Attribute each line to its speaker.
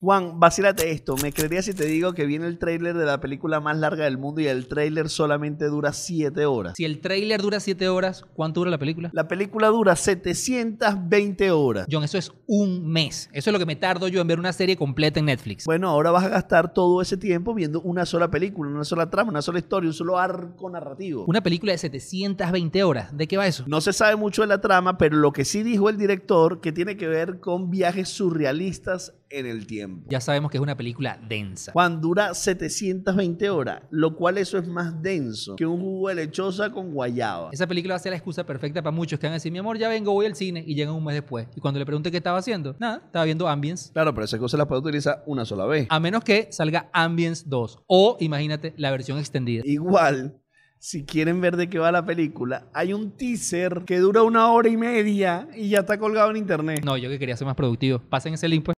Speaker 1: Juan, vacílate esto. Me creería si te digo que viene el tráiler de la película más larga del mundo y el tráiler solamente dura 7 horas.
Speaker 2: Si el tráiler dura 7 horas, ¿cuánto dura la película?
Speaker 1: La película dura 720 horas.
Speaker 2: John, eso es un mes. Eso es lo que me tardo yo en ver una serie completa en Netflix.
Speaker 1: Bueno, ahora vas a gastar todo ese tiempo viendo una sola película, una sola trama, una sola historia, un solo arco narrativo.
Speaker 2: Una película de 720 horas. ¿De qué va eso?
Speaker 1: No se sabe mucho de la trama, pero lo que sí dijo el director que tiene que ver con viajes surrealistas en el tiempo.
Speaker 2: Ya sabemos que es una película densa.
Speaker 1: Juan dura 720 horas, lo cual eso es más denso que un jugo de lechosa con guayaba.
Speaker 2: Esa película va a ser la excusa perfecta para muchos que van a decir, mi amor, ya vengo, voy al cine y llegan un mes después. Y cuando le pregunte qué estaba haciendo, nada, estaba viendo Ambience.
Speaker 1: Claro, pero esa cosa la puede utilizar una sola vez.
Speaker 2: A menos que salga Ambience 2 o, imagínate, la versión extendida.
Speaker 1: Igual, si quieren ver de qué va la película, hay un teaser que dura una hora y media y ya está colgado en internet.
Speaker 2: No, yo que quería ser más productivo. Pasen ese link, pues.